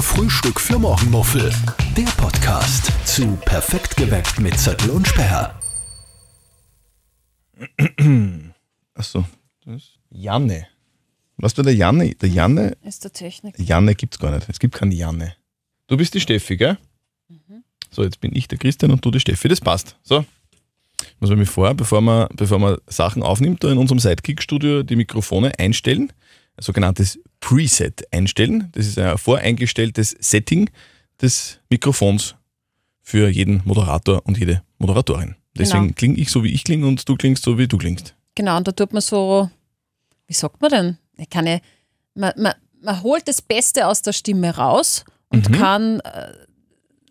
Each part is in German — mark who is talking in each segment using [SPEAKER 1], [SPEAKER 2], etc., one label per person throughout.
[SPEAKER 1] Frühstück für Morgenmuffel. Der Podcast zu Perfekt geweckt mit Zettel und Sperr.
[SPEAKER 2] Achso. das-
[SPEAKER 3] Janne.
[SPEAKER 2] Was bei der Janne? Der Janne,
[SPEAKER 4] Ist der Technik.
[SPEAKER 2] Janne gibt's gar nicht. Es gibt keine Janne. Du bist die Steffi, gell? So, jetzt bin ich der Christian und du die Steffi. Das passt. So. Muss man mir vor, bevor man, bevor man Sachen aufnimmt, da in unserem Sidekick-Studio die Mikrofone einstellen. Ein sogenanntes Preset einstellen. Das ist ein voreingestelltes Setting des Mikrofons für jeden Moderator und jede Moderatorin. Deswegen
[SPEAKER 4] Genau.
[SPEAKER 2] klinge ich so, wie ich klinge und du klingst so, wie du klingst.
[SPEAKER 4] Genau, und da tut man so, wie sagt man denn? Ich kann ja, man, man, man holt das Beste aus der Stimme raus und
[SPEAKER 2] Mhm.
[SPEAKER 4] kann äh,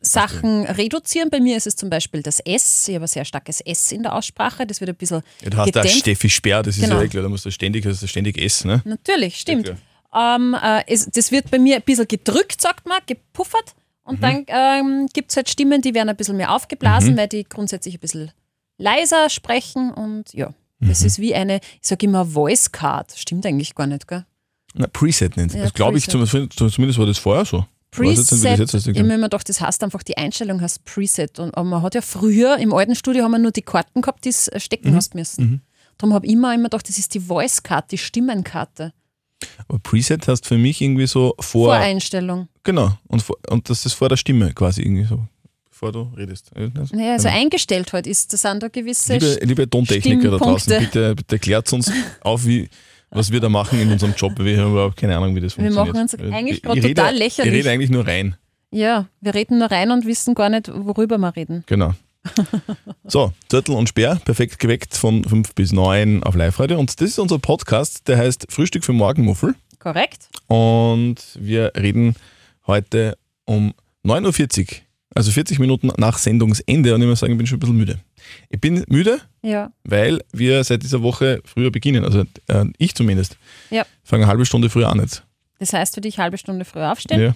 [SPEAKER 4] Sachen reduzieren. Bei mir ist es zum Beispiel das S. Ich habe ein sehr starkes S in der Aussprache. Das wird ein bisschen,
[SPEAKER 2] Ja, du hast da
[SPEAKER 4] Gedämpft.
[SPEAKER 2] Steffi Sperr, das ist
[SPEAKER 4] Genau.
[SPEAKER 2] ja eh klar, da musst du ständig, hast du ständig essen. Ne?
[SPEAKER 4] natürlich, stimmt.
[SPEAKER 2] Ja, klar.
[SPEAKER 4] ähm, äh, es, das wird bei mir ein bisschen gedrückt, sagt man, gepuffert. Und
[SPEAKER 2] Mhm.
[SPEAKER 4] dann ähm, gibt es halt Stimmen, die werden ein bisschen mehr aufgeblasen, weil die grundsätzlich ein bisschen leiser sprechen. Und ja,
[SPEAKER 2] Mhm.
[SPEAKER 4] das ist wie eine, ich sage immer Voice Card. Stimmt eigentlich gar nicht, gell?
[SPEAKER 2] Na, Preset nennt
[SPEAKER 4] Ja,
[SPEAKER 2] Das glaube ich, zum- zumindest war das vorher so. Ich weiß jetzt nicht, wie das
[SPEAKER 4] Preset,
[SPEAKER 2] jetzt heißt.
[SPEAKER 4] ich habe mir gedacht, das heißt einfach, die Einstellung heißt Preset. Und aber man hat ja früher, im alten Studio haben wir nur die Karten gehabt, die es
[SPEAKER 2] Mhm.
[SPEAKER 4] stecken hast müssen. Darum habe ich immer immer gedacht, das ist die Voice-Card, die Stimmenkarte.
[SPEAKER 2] Aber Preset heißt für mich irgendwie so vor.
[SPEAKER 4] Voreinstellung.
[SPEAKER 2] genau, und, vor, und das ist vor der Stimme quasi irgendwie so, bevor du redest. Ja, das-
[SPEAKER 4] Ja, also
[SPEAKER 2] genau.
[SPEAKER 4] eingestellt halt ist, das sind da gewisse
[SPEAKER 2] liebe, liebe Tontechniker da draußen,
[SPEAKER 4] Stimmpunkte.
[SPEAKER 2] bitte, bitte klärt uns auf, wie, was wir da machen in unserem Job. Wir haben überhaupt keine Ahnung, wie das
[SPEAKER 4] Wir
[SPEAKER 2] funktioniert.
[SPEAKER 4] machen uns eigentlich
[SPEAKER 2] Ich
[SPEAKER 4] grad
[SPEAKER 2] rede-
[SPEAKER 4] total lächerlich.
[SPEAKER 2] Ich rede eigentlich nur rein.
[SPEAKER 4] Ja, wir reden nur rein und wissen gar nicht, worüber wir reden.
[SPEAKER 2] Genau. So, Zürtel und Speer, perfekt geweckt von 5 bis 9 auf Live-Radio. Und das ist unser Podcast, der heißt Frühstück für Morgenmuffel.
[SPEAKER 4] Korrekt?
[SPEAKER 2] Und wir reden heute um 9.40 Uhr, also 40 Minuten nach Sendungsende. Und ich muss sagen, ich bin schon ein bisschen müde. Ich bin müde,
[SPEAKER 4] Ja.
[SPEAKER 2] weil wir seit dieser Woche früher beginnen. Also äh, ich zumindest.
[SPEAKER 4] Ja.
[SPEAKER 2] Fange eine halbe Stunde früher an jetzt.
[SPEAKER 4] Das heißt für dich halbe Stunde früher aufstehen?
[SPEAKER 2] Ja.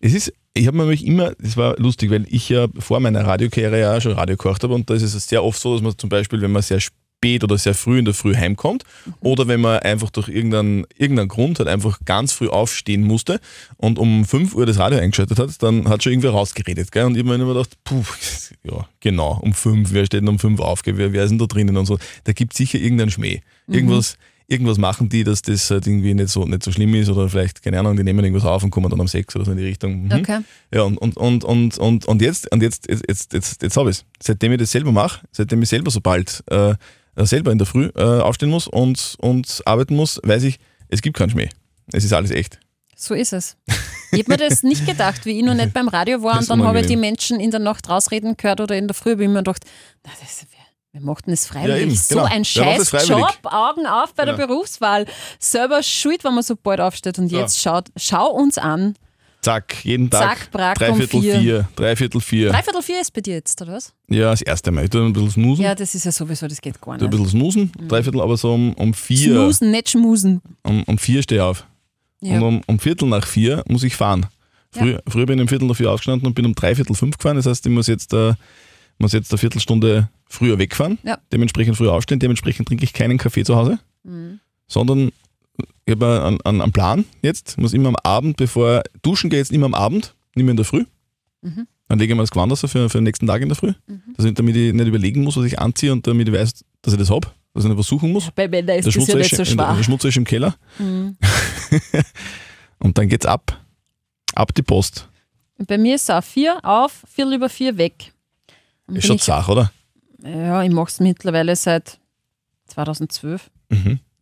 [SPEAKER 2] Es ist, ich habe mir nämlich immer, das war lustig, weil ich ja vor meiner Radiokarriere ja auch schon Radio gekocht habe und da ist es sehr oft so, dass man zum Beispiel, wenn man sehr spät oder sehr früh in der Früh heimkommt oder wenn man einfach durch irgendeinen, irgendeinen Grund halt einfach ganz früh aufstehen musste und um 5 Uhr das Radio eingeschaltet hat, dann hat schon irgendwer rausgeredet. Gell? Und ich habe mir immer gedacht, puh, ja, genau, um 5, wer steht denn um 5 auf, gell? Wer, wer ist denn da drinnen und so. Da gibt sicher irgendeinen Schmäh. Irgendwas irgendwas machen die, dass das halt irgendwie nicht so, nicht so schlimm ist oder vielleicht, keine Ahnung, die nehmen irgendwas auf und kommen dann um sechs oder so in die Richtung. Mhm.
[SPEAKER 4] Okay.
[SPEAKER 2] Ja, und, und, und, und, und, und jetzt, und jetzt, jetzt, jetzt, jetzt, jetzt habe ich es. Seitdem ich das selber mache, seitdem ich selber sobald äh, selber in der Früh äh, aufstehen muss und, und arbeiten muss, weiß ich, es gibt keinen Schmäh. Es ist alles echt.
[SPEAKER 4] So ist es. Ich habe mir das nicht gedacht, wie ich noch nicht beim Radio war
[SPEAKER 2] Das
[SPEAKER 4] und
[SPEAKER 2] ist
[SPEAKER 4] dann habe ich die
[SPEAKER 2] unangenehm.
[SPEAKER 4] Menschen in der Nacht rausreden gehört oder in der Früh, habe ich mir gedacht, na, das, wer, wer macht denn das freiwillig?
[SPEAKER 2] Ja, eben,
[SPEAKER 4] so
[SPEAKER 2] genau.
[SPEAKER 4] ein
[SPEAKER 2] Wer macht das
[SPEAKER 4] scheiß
[SPEAKER 2] freiwillig?
[SPEAKER 4] Job, Augen auf bei der
[SPEAKER 2] Genau.
[SPEAKER 4] Berufswahl. Selber schuld, wenn man so bald aufsteht. Und
[SPEAKER 2] Ja.
[SPEAKER 4] jetzt schaut, schau uns an.
[SPEAKER 2] Zack, jeden Tag.
[SPEAKER 4] Zack, brack um
[SPEAKER 2] Dreiviertel
[SPEAKER 4] vier.
[SPEAKER 2] vier. Dreiviertel vier.
[SPEAKER 4] Dreiviertel vier ist bei dir jetzt, oder was?
[SPEAKER 2] Ja, das erste Mal. Ich tue ein bisschen snoosen.
[SPEAKER 4] Ja, mhm. das ist ja sowieso, das geht gar
[SPEAKER 2] Tu Hm. ein
[SPEAKER 4] nicht.
[SPEAKER 2] bisschen snoosen. Dreiviertel, aber so um, um vier.
[SPEAKER 4] Schmusen, nicht schmusen.
[SPEAKER 2] Um, um vier stehe ich auf.
[SPEAKER 4] Ja.
[SPEAKER 2] Und um, um Viertel nach vier muss ich fahren. Früher, früher bin ich um Viertel nach vier aufgestanden und bin um drei Viertel fünf gefahren. Das heißt, ich muss jetzt, äh, muss jetzt eine Viertelstunde früher wegfahren,
[SPEAKER 4] Ja.
[SPEAKER 2] dementsprechend früher aufstehen, dementsprechend trinke ich keinen Kaffee zu Hause,
[SPEAKER 4] Mhm.
[SPEAKER 2] sondern ich habe einen, einen, einen Plan jetzt, muss immer am Abend, bevor duschen gehe jetzt immer am Abend, nicht mehr in der Früh.
[SPEAKER 4] Mhm.
[SPEAKER 2] Dann lege ich mir das Gewand aus für, für den nächsten Tag in der Früh, dass ich, damit ich nicht überlegen muss, was ich anziehe und damit ich weiß, dass ich das habe, dass ich nicht was suchen muss.
[SPEAKER 4] Bei Männern
[SPEAKER 2] Der
[SPEAKER 4] ist das ja
[SPEAKER 2] Schmutzwäsche,
[SPEAKER 4] nicht so
[SPEAKER 2] der,
[SPEAKER 4] schwach. Mhm.
[SPEAKER 2] der Schmutzwäsche im Keller. und dann geht's ab. Ab die Post.
[SPEAKER 4] Bei mir ist es auch vier auf, vier über vier weg. Und
[SPEAKER 2] Ist
[SPEAKER 4] bin
[SPEAKER 2] schon
[SPEAKER 4] ich,
[SPEAKER 2] zach, oder?
[SPEAKER 4] ja, ich mache es mittlerweile seit 2012.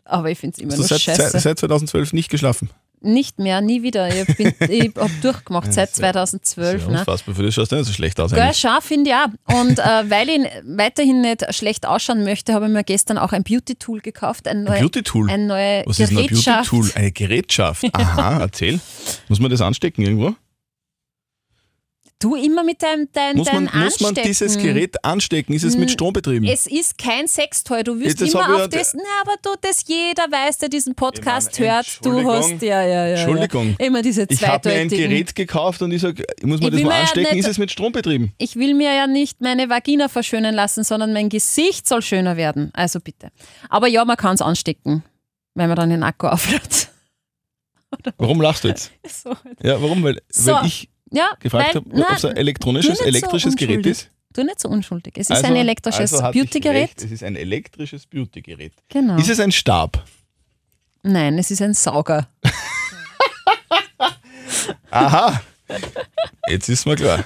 [SPEAKER 4] Aber ich finde es immer
[SPEAKER 2] Hast du Mhm. Also
[SPEAKER 4] noch
[SPEAKER 2] seit,
[SPEAKER 4] scheiße.
[SPEAKER 2] seit, seit 2012 nicht geschlafen?
[SPEAKER 4] Nicht mehr, nie wieder. Ich, bin- ich habe durchgemacht seit 2012.
[SPEAKER 2] ja,
[SPEAKER 4] Ne?
[SPEAKER 2] unfassbar. Für dich schaust du nicht so schlecht aus.
[SPEAKER 4] Gell,
[SPEAKER 2] eigentlich.
[SPEAKER 4] scharf finde ich auch. Und äh, weil ich weiterhin nicht schlecht ausschauen möchte, habe ich mir gestern auch ein Beauty-Tool gekauft. Ein,
[SPEAKER 2] Ein
[SPEAKER 4] neue,
[SPEAKER 2] Beauty-Tool.
[SPEAKER 4] ein neue
[SPEAKER 2] Was ist denn ein
[SPEAKER 4] Gerätschaft.
[SPEAKER 2] Beauty-Tool? Eine Gerätschaft. Aha, erzähl. Muss man das anstecken irgendwo?
[SPEAKER 4] Du immer mit deinem, deinem,
[SPEAKER 2] Muss man,
[SPEAKER 4] deinem
[SPEAKER 2] muss man dieses
[SPEAKER 4] Anstecken.
[SPEAKER 2] Gerät anstecken? Ist es mit
[SPEAKER 4] Hm,
[SPEAKER 2] Strom betrieben?
[SPEAKER 4] Es ist kein Sextoy, du wirst
[SPEAKER 2] Das hab
[SPEAKER 4] immer
[SPEAKER 2] ich
[SPEAKER 4] auf
[SPEAKER 2] ja-
[SPEAKER 4] das, na, aber du, das jeder weiß, der diesen Podcast
[SPEAKER 2] Ich meine,
[SPEAKER 4] hört, du
[SPEAKER 2] Entschuldigung.
[SPEAKER 4] hast, ja, ja, ja, ja.
[SPEAKER 2] Entschuldigung.
[SPEAKER 4] Immer diese
[SPEAKER 2] ich habe mir ein
[SPEAKER 4] zweideutigen.
[SPEAKER 2] Gerät gekauft und ich sage, muss man
[SPEAKER 4] Ich
[SPEAKER 2] das
[SPEAKER 4] will mir
[SPEAKER 2] mal
[SPEAKER 4] ja
[SPEAKER 2] anstecken?
[SPEAKER 4] nicht-
[SPEAKER 2] Ist es mit Strom betrieben?
[SPEAKER 4] Ich will mir ja nicht meine Vagina verschönern lassen, sondern mein Gesicht soll schöner werden. Also bitte. Aber ja, man kann es anstecken, wenn man dann den Akku auflädt.
[SPEAKER 2] Warum lachst du jetzt?
[SPEAKER 4] So.
[SPEAKER 2] Ja, warum? Weil,
[SPEAKER 4] So.
[SPEAKER 2] weil ich
[SPEAKER 4] Ja,
[SPEAKER 2] gefragt
[SPEAKER 4] weil-
[SPEAKER 2] habe, ob es
[SPEAKER 4] nein,
[SPEAKER 2] ein elektronisches,
[SPEAKER 4] tu nicht so
[SPEAKER 2] elektrisches Gerät
[SPEAKER 4] unschuldig.
[SPEAKER 2] ist.
[SPEAKER 4] Du nicht so unschuldig. Es ist ein elektrisches
[SPEAKER 2] also hatte ich recht,
[SPEAKER 4] Beauty-Gerät.
[SPEAKER 2] Es ist ein elektrisches Beauty-Gerät.
[SPEAKER 4] Genau.
[SPEAKER 2] Ist es ein Stab?
[SPEAKER 4] Nein, es ist ein Sauger.
[SPEAKER 2] Aha. Jetzt ist mir klar.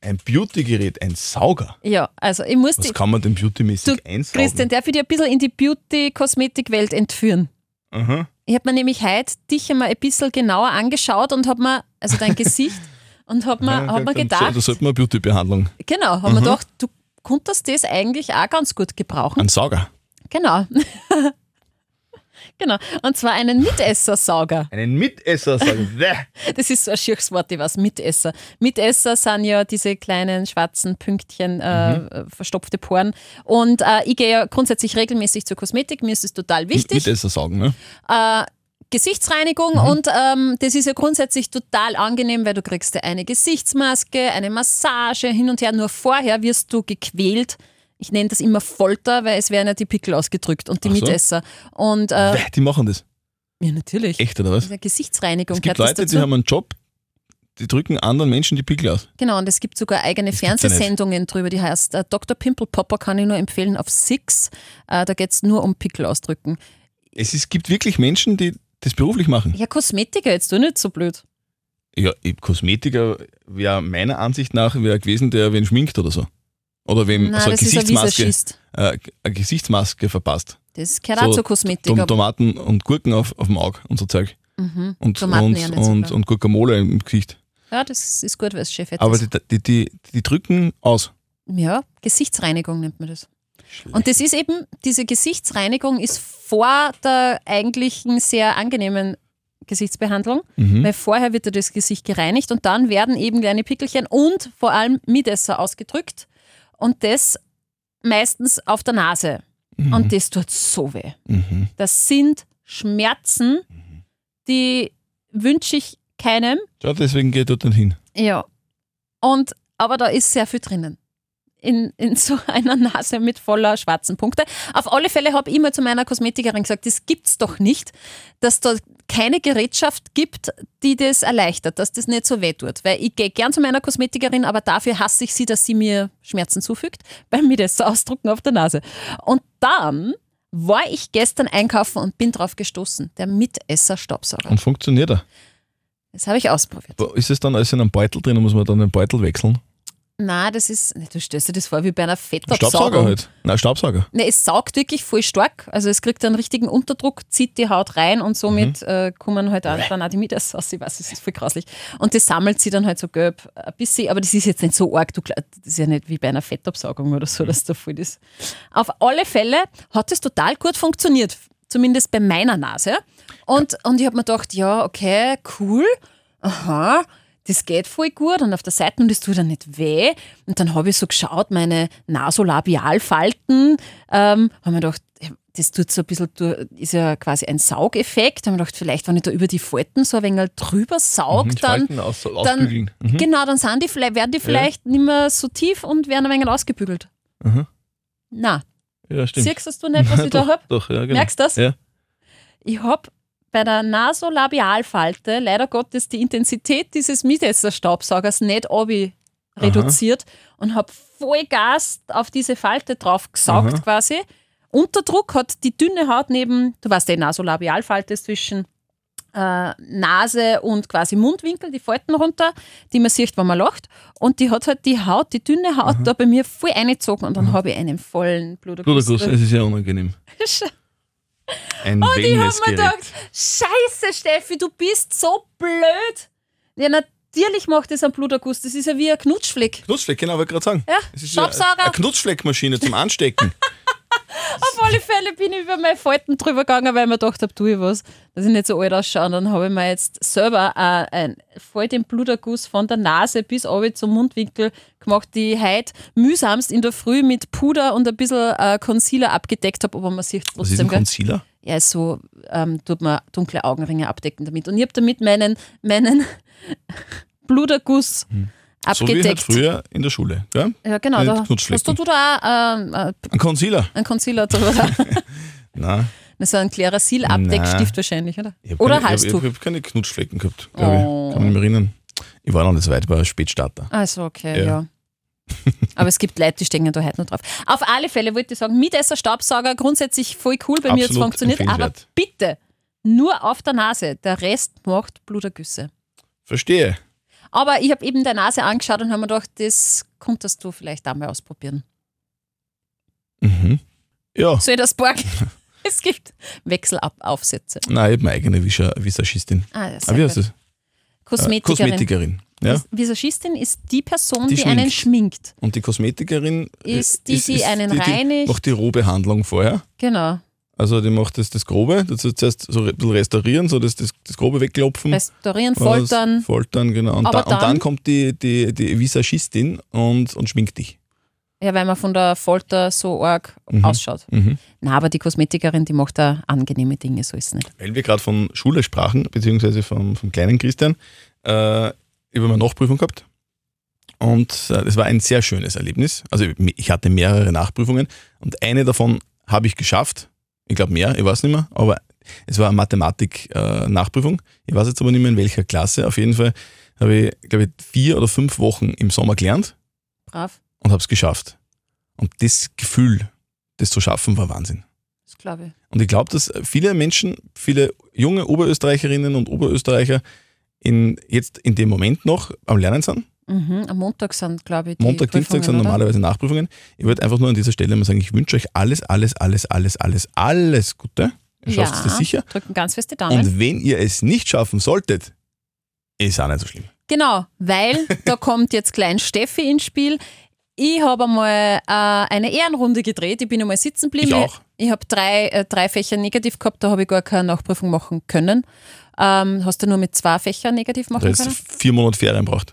[SPEAKER 2] Ein Beauty-Gerät, ein Sauger.
[SPEAKER 4] Ja, also ich muss
[SPEAKER 2] Was
[SPEAKER 4] dich,
[SPEAKER 2] kann man denn
[SPEAKER 4] du,
[SPEAKER 2] beautymäßig einsaugen?
[SPEAKER 4] Christian, darf ich dich ein bisschen in die Beauty-Kosmetik-Welt entführen?
[SPEAKER 2] Aha.
[SPEAKER 4] Ich habe mir nämlich heute dich einmal ein bisschen genauer angeschaut und habe mir, also dein Gesicht, und habe mir,
[SPEAKER 2] Dann
[SPEAKER 4] hab mir
[SPEAKER 2] Mhm. so-
[SPEAKER 4] gedacht,
[SPEAKER 2] Da sollte man Beauty-Behandlung.
[SPEAKER 4] genau, habe mir gedacht, du konntest das eigentlich auch ganz gut gebrauchen.
[SPEAKER 2] Ein Sauger.
[SPEAKER 4] Genau. genau. Und zwar einen Mitessersauger.
[SPEAKER 2] Einen Mitesser sagen.
[SPEAKER 4] Das ist so ein schieres Wort, ich weiß, Mitesser. Mitesser sind ja diese kleinen schwarzen Pünktchen, äh,
[SPEAKER 2] Mhm.
[SPEAKER 4] äh, verstopfte Poren. Und äh, ich gehe ja grundsätzlich regelmäßig zur Kosmetik, mir ist es total wichtig.
[SPEAKER 2] Mitesser sagen, ne?
[SPEAKER 4] äh, Gesichtsreinigung
[SPEAKER 2] Mhm.
[SPEAKER 4] und ähm, das ist ja grundsätzlich total angenehm, weil du kriegst ja eine Gesichtsmaske, eine Massage hin und her. Nur vorher wirst du gequält. Ich nenne das immer Folter, weil es werden ja die Pickel ausgedrückt und die
[SPEAKER 2] Ach so.
[SPEAKER 4] Mitesser. Und äh,
[SPEAKER 2] Weh, Die machen das.
[SPEAKER 4] ja, natürlich.
[SPEAKER 2] Echt, oder was?
[SPEAKER 4] Eine Gesichtsreinigung
[SPEAKER 2] Es gibt
[SPEAKER 4] gehört das
[SPEAKER 2] Leute,
[SPEAKER 4] dazu.
[SPEAKER 2] die haben einen Job, die drücken anderen Menschen die Pickel aus.
[SPEAKER 4] Genau, und es gibt sogar eigene
[SPEAKER 2] gibt's ja nicht.
[SPEAKER 4] Fernsehsendungen drüber, die heißt äh, Dr. Pimple Popper kann ich nur empfehlen auf Six. Äh, da geht es nur um Pickel ausdrücken.
[SPEAKER 2] Es ist, gibt wirklich Menschen, die das beruflich machen.
[SPEAKER 4] Ja, Kosmetiker, jetzt du nicht so blöd.
[SPEAKER 2] Ja, ich- Kosmetiker wäre meiner Ansicht nach wär gewesen, der wen schminkt oder so. Oder wem
[SPEAKER 4] Nein,
[SPEAKER 2] so eine
[SPEAKER 4] das ist ein
[SPEAKER 2] also Gesichtsmaske,
[SPEAKER 4] Visagist.
[SPEAKER 2] äh, eine Gesichtsmaske verpasst.
[SPEAKER 4] Das gehört
[SPEAKER 2] So,
[SPEAKER 4] auch zur
[SPEAKER 2] Tom,
[SPEAKER 4] Kosmetik.
[SPEAKER 2] Tomaten und Gurken auf, auf dem Auge und so Zeug.
[SPEAKER 4] Mhm.
[SPEAKER 2] Und,
[SPEAKER 4] Tomaten
[SPEAKER 2] und,
[SPEAKER 4] eher nicht so
[SPEAKER 2] und,
[SPEAKER 4] gern.
[SPEAKER 2] und Guacamole im Gesicht.
[SPEAKER 4] Ja, das ist gut, weil es Chef
[SPEAKER 2] Aber
[SPEAKER 4] ist.
[SPEAKER 2] die, die, die, die drücken aus.
[SPEAKER 4] Ja, Gesichtsreinigung nennt man das. Und das ist eben, diese Gesichtsreinigung ist vor der eigentlichen sehr angenehmen Gesichtsbehandlung,
[SPEAKER 2] Mhm.
[SPEAKER 4] weil vorher wird ja das Gesicht gereinigt und dann werden eben kleine Pickelchen und vor allem Mitesser ausgedrückt und das meistens auf der Nase. Und das tut so weh.
[SPEAKER 2] Mhm.
[SPEAKER 4] Das sind Schmerzen, die wünsche ich keinem.
[SPEAKER 2] Ja, deswegen geht dort nicht hin.
[SPEAKER 4] Ja. Und, aber da ist sehr viel drinnen. In, in so einer Nase mit voller schwarzen Punkte. Auf alle Fälle habe ich immer zu meiner Kosmetikerin gesagt, das gibt's doch nicht, dass da keine Gerätschaft gibt, die das erleichtert, dass das nicht so weh tut. Weil ich gehe gern zu meiner Kosmetikerin, aber dafür hasse ich sie, dass sie mir Schmerzen zufügt, weil mir das so ausdrucken auf der Nase. Und dann war ich gestern einkaufen und bin drauf gestoßen, der Mitesser-Staubsauger.
[SPEAKER 2] Und funktioniert er.
[SPEAKER 4] Das habe ich ausprobiert.
[SPEAKER 2] Aber Ist es dann alles in einem Beutel drin und muss man dann den Beutel wechseln?
[SPEAKER 4] Na, das ist, nee, du stellst dir das vor wie bei einer
[SPEAKER 2] Staubsauger
[SPEAKER 4] Fettabsaugung.
[SPEAKER 2] halt. Nein, Staubsauger.
[SPEAKER 4] Nee, es saugt wirklich voll stark. Also es kriegt einen richtigen Unterdruck, zieht die Haut rein und somit
[SPEAKER 2] Mhm.
[SPEAKER 4] äh, kommen halt auch, dann auch die Midas aus. Ich weiß, es ist voll grauslich. Und das sammelt sie dann halt so gelb ein bisschen, aber das ist jetzt nicht so arg. Du, glaub- das ist ja nicht wie bei einer Fettabsaugung oder
[SPEAKER 2] Mhm.
[SPEAKER 4] so, dass da voll ist. Auf alle Fälle hat es total gut funktioniert. Zumindest bei meiner Nase. Und, und ich habe mir gedacht, ja, okay, cool aha, das geht voll gut und auf der Seite und das tut dann nicht weh. Und dann habe ich so geschaut, meine Nasolabialfalten, ähm, habe mir gedacht, ja, das tut so ein bisschen, durch- ist ja quasi ein Saugeffekt. Habe mir gedacht, vielleicht, wenn ich da über die Falten so ein wenig drüber saug,
[SPEAKER 2] Mhm,
[SPEAKER 4] dann
[SPEAKER 2] Falten aus,
[SPEAKER 4] dann-
[SPEAKER 2] ausbügeln. Mhm.
[SPEAKER 4] Genau, dann sind die, vielleicht- werden die vielleicht nicht mehr so tief und werden ein wenig ausgebügelt.
[SPEAKER 2] Mhm.
[SPEAKER 4] Na,
[SPEAKER 2] Ja, stimmt.
[SPEAKER 4] siehst du nicht, was ich da
[SPEAKER 2] doch,
[SPEAKER 4] habe?
[SPEAKER 2] Doch, ja, genau.
[SPEAKER 4] Merkst du das?
[SPEAKER 2] Ja.
[SPEAKER 4] Ich habe bei der Nasolabialfalte leider Gottes die Intensität dieses Mitesserstaubsaugers nicht obi
[SPEAKER 2] Aha.
[SPEAKER 4] reduziert und habe Vollgas auf diese Falte drauf gesaugt
[SPEAKER 2] Aha.
[SPEAKER 4] quasi. Unterdruck hat die dünne Haut neben, du weißt, die Nasolabialfalte ist zwischen äh, Nase und quasi Mundwinkel, die Falten runter, die man sieht, wenn man lacht. Und die hat halt die Haut, die dünne Haut, da bei mir voll eingezogen und dann habe ich einen vollen Bluterguss.
[SPEAKER 2] Bluterguss, es ist ja unangenehm. Ein
[SPEAKER 4] Und ich hab mir
[SPEAKER 2] Wellnessgerät.
[SPEAKER 4] gedacht, scheiße Steffi, du bist so blöd. Ja, natürlich macht das einen Bluterguss, das ist ja wie ein Knutschfleck.
[SPEAKER 2] Knutschfleck, genau, wollte ich gerade sagen.
[SPEAKER 4] Ja,
[SPEAKER 2] Es ist
[SPEAKER 4] Staubsauger.
[SPEAKER 2] Ja eine Knutschfleckmaschine zum Anstecken.
[SPEAKER 4] Auf alle Fälle bin ich über meine Falten drüber gegangen, weil ich mir gedacht habe, tue ich was, dass ich nicht so alt ausschaue. Und dann habe ich mir jetzt selber äh, ein, voll den Bluterguss von der Nase bis runter zum Mundwinkel gemacht, die ich heute mühsamst in der Früh mit Puder und ein bisschen äh, Concealer abgedeckt habe, aber man sieht
[SPEAKER 2] Was ist ein
[SPEAKER 4] trotzdem. gell?
[SPEAKER 2] Concealer?
[SPEAKER 4] ja, so ähm, tut man dunkle Augenringe abdecken damit. Und ich habe damit meinen, meinen Bluterguss
[SPEAKER 2] So wie halt
[SPEAKER 4] abgedeckt.
[SPEAKER 2] früher in der Schule. Ja?
[SPEAKER 4] ja, genau.
[SPEAKER 2] mit
[SPEAKER 4] Da hast
[SPEAKER 2] Knutschflecken.
[SPEAKER 4] du da auch ähm, äh,
[SPEAKER 2] Ein Concealer?
[SPEAKER 4] einen Concealer drüber.
[SPEAKER 2] Nein.
[SPEAKER 4] Na, so ein Klerasil-Abdeckstift wahrscheinlich, oder?
[SPEAKER 2] Ich hab
[SPEAKER 4] Oder
[SPEAKER 2] keine, Ich
[SPEAKER 4] Halstuch.
[SPEAKER 2] habe hab keine Knutschflecken gehabt, glaube
[SPEAKER 4] Oh.
[SPEAKER 2] ich. Kann mich nicht mehr erinnern. Ich war noch nicht so weit, war ein Spätstarter.
[SPEAKER 4] Also okay, ja.
[SPEAKER 2] Ja.
[SPEAKER 4] Aber es gibt Leute, die stehen ja da heute noch drauf. Auf alle Fälle wollte ich sagen, Mitesser Staubsauger grundsätzlich voll cool, bei mir hat es
[SPEAKER 2] Absolut
[SPEAKER 4] funktioniert. Aber
[SPEAKER 2] empfehlenswert.
[SPEAKER 4] bitte, nur auf der Nase. Der Rest macht Blutergüsse.
[SPEAKER 2] Verstehe.
[SPEAKER 4] Aber ich habe eben der Nase angeschaut und habe mir gedacht, das konntest du vielleicht einmal ausprobieren.
[SPEAKER 2] Mhm. Ja,
[SPEAKER 4] So in das Borg. Es gibt Wechselaufsätze.
[SPEAKER 2] nein, ich habe meine eigene Vis Visagistin.
[SPEAKER 4] Ah, ja, sehr
[SPEAKER 2] Ah, wie
[SPEAKER 4] gut.
[SPEAKER 2] heißt das? Äh,
[SPEAKER 4] Kosmetikerin.
[SPEAKER 2] Kosmetikerin. Ja?
[SPEAKER 4] Vis- Visagistin ist die Person, die,
[SPEAKER 2] Die
[SPEAKER 4] einen schminkt.
[SPEAKER 2] Und die Kosmetikerin äh,
[SPEAKER 4] Ist die, die einen reinigt.
[SPEAKER 2] macht die Rohbehandlung vorher.
[SPEAKER 4] Genau.
[SPEAKER 2] Also die macht das, das Grobe, das ist zuerst so ein bisschen restaurieren, so das, das, das Grobe wegklopfen.
[SPEAKER 4] Restaurieren,
[SPEAKER 2] Was-
[SPEAKER 4] foltern.
[SPEAKER 2] Foltern, genau. Und,
[SPEAKER 4] Aber
[SPEAKER 2] da, und
[SPEAKER 4] dann-
[SPEAKER 2] dann kommt die, die, die Visagistin und, und schminkt dich.
[SPEAKER 4] Ja, weil man von der Folter so arg
[SPEAKER 2] Mhm.
[SPEAKER 4] ausschaut.
[SPEAKER 2] Mhm.
[SPEAKER 4] Na, aber die Kosmetikerin, die macht da angenehme Dinge, so ist es nicht.
[SPEAKER 2] Weil wir gerade von Schule sprachen, beziehungsweise vom, vom kleinen Christian, äh, über meine Nachprüfung gehabt. Und äh, es war ein sehr schönes Erlebnis. Also ich- ich hatte mehrere Nachprüfungen und eine davon habe ich geschafft. Ich glaube mehr, ich weiß nicht mehr, aber es war eine Mathematik-Nachprüfung. ich weiß jetzt aber nicht mehr in welcher Klasse. Auf jeden Fall habe ich, glaube ich, vier oder fünf Wochen im Sommer gelernt
[SPEAKER 4] Brav,
[SPEAKER 2] und habe es geschafft. Und das Gefühl, das zu schaffen, war Wahnsinn.
[SPEAKER 4] das glaube ich.
[SPEAKER 2] Und ich glaube, dass viele Menschen, viele junge Oberösterreicherinnen und Oberösterreicher in, jetzt in dem Moment noch am Lernen sind.
[SPEAKER 4] Mhm. Am Montag sind, glaube ich, die
[SPEAKER 2] Montag, Dienstag sind
[SPEAKER 4] Prüfungen, oder?
[SPEAKER 2] normalerweise Nachprüfungen. Ich würde einfach nur an dieser Stelle mal sagen, ich wünsche euch alles, alles, alles, alles, alles, alles Gute. Ihr
[SPEAKER 4] Ja,
[SPEAKER 2] schafft es das sicher.
[SPEAKER 4] drücken ganz fest die Daumen.
[SPEAKER 2] Und wenn ihr es nicht schaffen solltet, ist auch nicht so schlimm.
[SPEAKER 4] Genau, weil da kommt jetzt Klein Steffi ins Spiel. Ich habe einmal äh, eine Ehrenrunde gedreht, ich bin einmal sitzen geblieben.
[SPEAKER 2] Ich auch.
[SPEAKER 4] Ich habe drei, äh, drei Fächer negativ gehabt, da habe ich gar keine Nachprüfung machen können. Ähm, hast du nur mit zwei Fächern negativ
[SPEAKER 2] Da
[SPEAKER 4] machen
[SPEAKER 2] jetzt
[SPEAKER 4] können?
[SPEAKER 2] vier Monate Ferien braucht.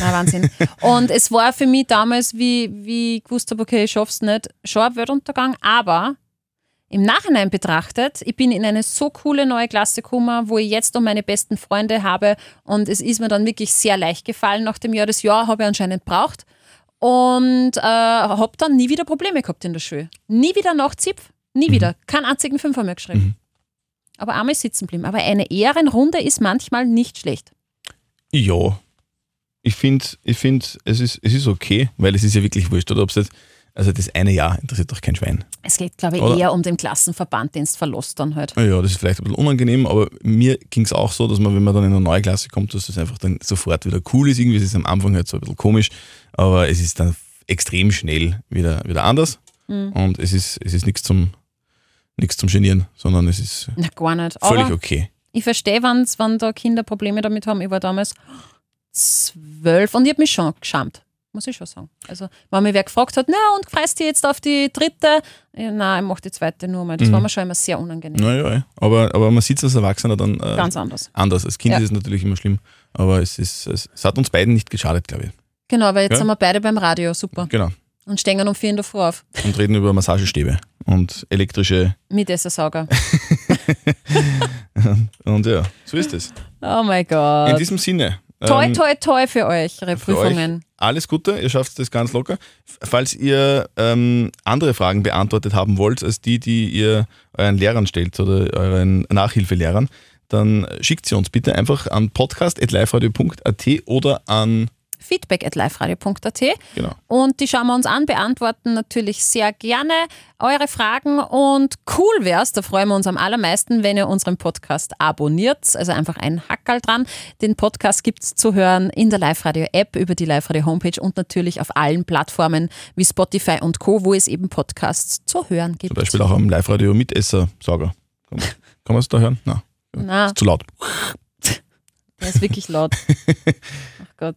[SPEAKER 4] Na Wahnsinn. Und es war für mich damals, wie, wie ich gewusst habe, okay, ich schaff's nicht, schon ein Weltuntergang, aber im Nachhinein betrachtet, ich bin in eine so coole neue Klasse gekommen, wo ich jetzt um meine besten Freunde habe und es ist mir dann wirklich sehr leicht gefallen nach dem Jahr. Das Jahr habe ich anscheinend braucht und äh, habe dann nie wieder Probleme gehabt in der Schule. Nie wieder Nachzipf, nie wieder. Keinen einzigen Fünfer mehr geschrieben. Aber einmal sitzen blieben. Aber eine Ehrenrunde ist manchmal nicht schlecht.
[SPEAKER 2] Ja. Ich finde, ich find, es, ist, es ist okay, weil es ist ja wirklich wurscht, oder? Ob's jetzt, also das eine Jahr interessiert doch kein Schwein.
[SPEAKER 4] Es geht, glaube ich,
[SPEAKER 2] Oder?
[SPEAKER 4] eher um den Klassenverband, den es verlost dann halt.
[SPEAKER 2] Ja, das ist vielleicht ein bisschen unangenehm, aber mir ging es auch so, dass man, wenn man dann in eine neue Klasse kommt, dass das einfach dann sofort wieder cool ist. Irgendwie ist es am Anfang halt so ein bisschen komisch, aber es ist dann extrem schnell wieder, wieder anders.
[SPEAKER 4] Mhm.
[SPEAKER 2] Und es ist, es ist nichts zum, nichts zum Genieren, sondern es ist
[SPEAKER 4] Na, gar nicht. Aber
[SPEAKER 2] völlig okay.
[SPEAKER 4] ich verstehe, wenn's, wenn da Kinder Probleme damit haben. Ich war damals zwölf und ich habe mich schon geschämt. Muss ich schon sagen. Also, wenn mich wer gefragt hat, na und freust du jetzt auf die dritte? Ja, nein, ich mache die zweite nur mal. Das war mir schon immer sehr unangenehm.
[SPEAKER 2] Naja, Mhm. ja. aber, aber man sieht es als Erwachsener dann äh,
[SPEAKER 4] Ganz anders.
[SPEAKER 2] anders. Als Kind
[SPEAKER 4] Ja.
[SPEAKER 2] ist es natürlich immer schlimm, aber es, ist, es, es hat uns beiden nicht geschadet, glaube ich.
[SPEAKER 4] Genau, weil jetzt
[SPEAKER 2] Ja.
[SPEAKER 4] sind wir beide beim Radio, super.
[SPEAKER 2] Genau.
[SPEAKER 4] Und stehen um vier in der Früh auf.
[SPEAKER 2] Und reden über Massagestäbe und elektrische.
[SPEAKER 4] Mit Essersauger.
[SPEAKER 2] Und ja, so ist es.
[SPEAKER 4] Oh mein
[SPEAKER 2] In
[SPEAKER 4] Gott.
[SPEAKER 2] diesem Sinne.
[SPEAKER 4] Toi,
[SPEAKER 2] ähm,
[SPEAKER 4] toi, toi für euch, Ihre
[SPEAKER 2] für
[SPEAKER 4] Prüfungen.
[SPEAKER 2] Euch. Alles Gute, ihr schafft das ganz locker. F- Falls ihr ähm, andere Fragen beantwortet haben wollt, als die, die ihr euren Lehrern stellt oder euren Nachhilfelehrern, dann schickt sie uns bitte einfach an podcast.liferadio.at oder an,
[SPEAKER 4] Feedback at liveradio.at.
[SPEAKER 2] genau,
[SPEAKER 4] Und die schauen wir uns an, beantworten natürlich sehr gerne eure Fragen. Und cool wär's, da freuen wir uns am allermeisten, wenn ihr unseren Podcast abonniert. Also einfach einen Hackerl dran. Den Podcast gibt's zu hören in der Live-Radio-App, über die Live-Radio-Homepage und natürlich auf allen Plattformen wie Spotify und Co., wo es eben Podcasts zu hören gibt.
[SPEAKER 2] zum Beispiel auch am Live-Radio Mitesser-Sauger. Kann man- kann man es da hören? Na,
[SPEAKER 4] Na,
[SPEAKER 2] zu laut.
[SPEAKER 4] der ist wirklich laut. Ach Gott.